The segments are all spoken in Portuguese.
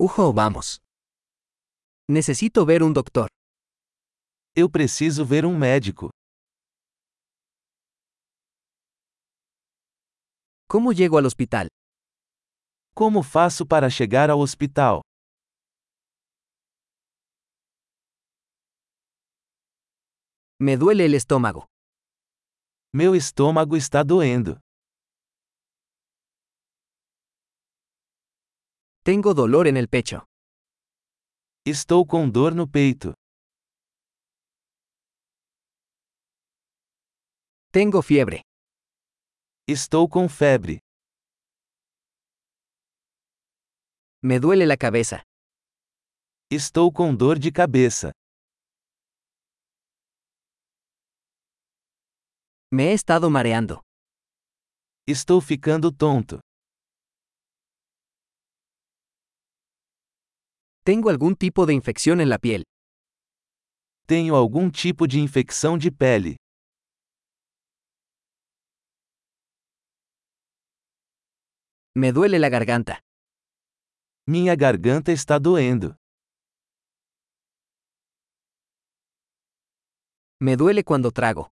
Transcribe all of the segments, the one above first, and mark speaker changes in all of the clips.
Speaker 1: Ujo, vamos. Necesito ver un doctor.
Speaker 2: Eu preciso ver um médico.
Speaker 1: ¿Cómo llego al hospital?
Speaker 2: Como faço para chegar ao hospital?
Speaker 1: Me duele el estómago.
Speaker 2: Meu estômago está doendo.
Speaker 1: Tengo dolor en el pecho.
Speaker 2: Estou com dor no peito.
Speaker 1: Tengo fiebre.
Speaker 2: Estou com febre.
Speaker 1: Me duele la cabeza.
Speaker 2: Estou com dor de cabeça.
Speaker 1: Me he estado mareando.
Speaker 2: Estou ficando tonto.
Speaker 1: Tengo algún tipo de infección en la piel.
Speaker 2: Tenho algum tipo de infecção de pele.
Speaker 1: Me duele la garganta.
Speaker 2: Minha garganta está doendo.
Speaker 1: Me duele cuando trago.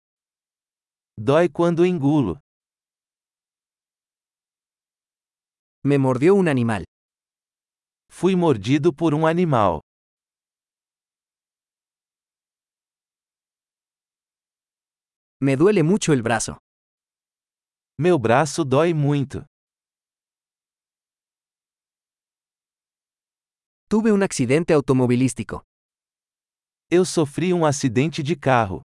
Speaker 2: Dói quando engulo.
Speaker 1: Me mordió un animal.
Speaker 2: Fui mordido por um animal.
Speaker 1: Me duele mucho el brazo.
Speaker 2: Meu braço dói muito.
Speaker 1: Tuve un accidente automovilístico.
Speaker 2: Eu sofri um acidente de carro.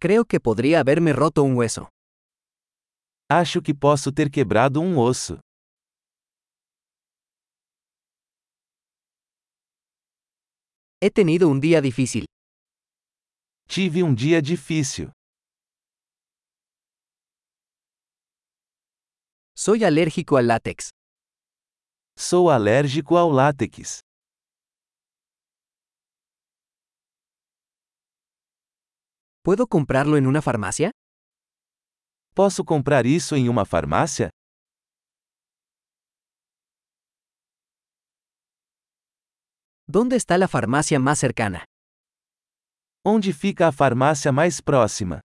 Speaker 1: Creo que podría haberme roto un hueso.
Speaker 2: Acho que posso ter quebrado um osso.
Speaker 1: He tenido un día difícil.
Speaker 2: Tive um dia difícil.
Speaker 1: Soy alérgico al látex.
Speaker 2: Sou alérgico ao látex.
Speaker 1: ¿Puedo comprarlo en una farmacia?
Speaker 2: Posso comprar isso em uma farmácia?
Speaker 1: ¿Dónde está la farmacia más cercana?
Speaker 2: Onde fica a farmácia mais próxima?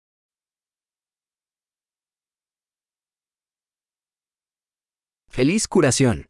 Speaker 1: ¡Feliz curación!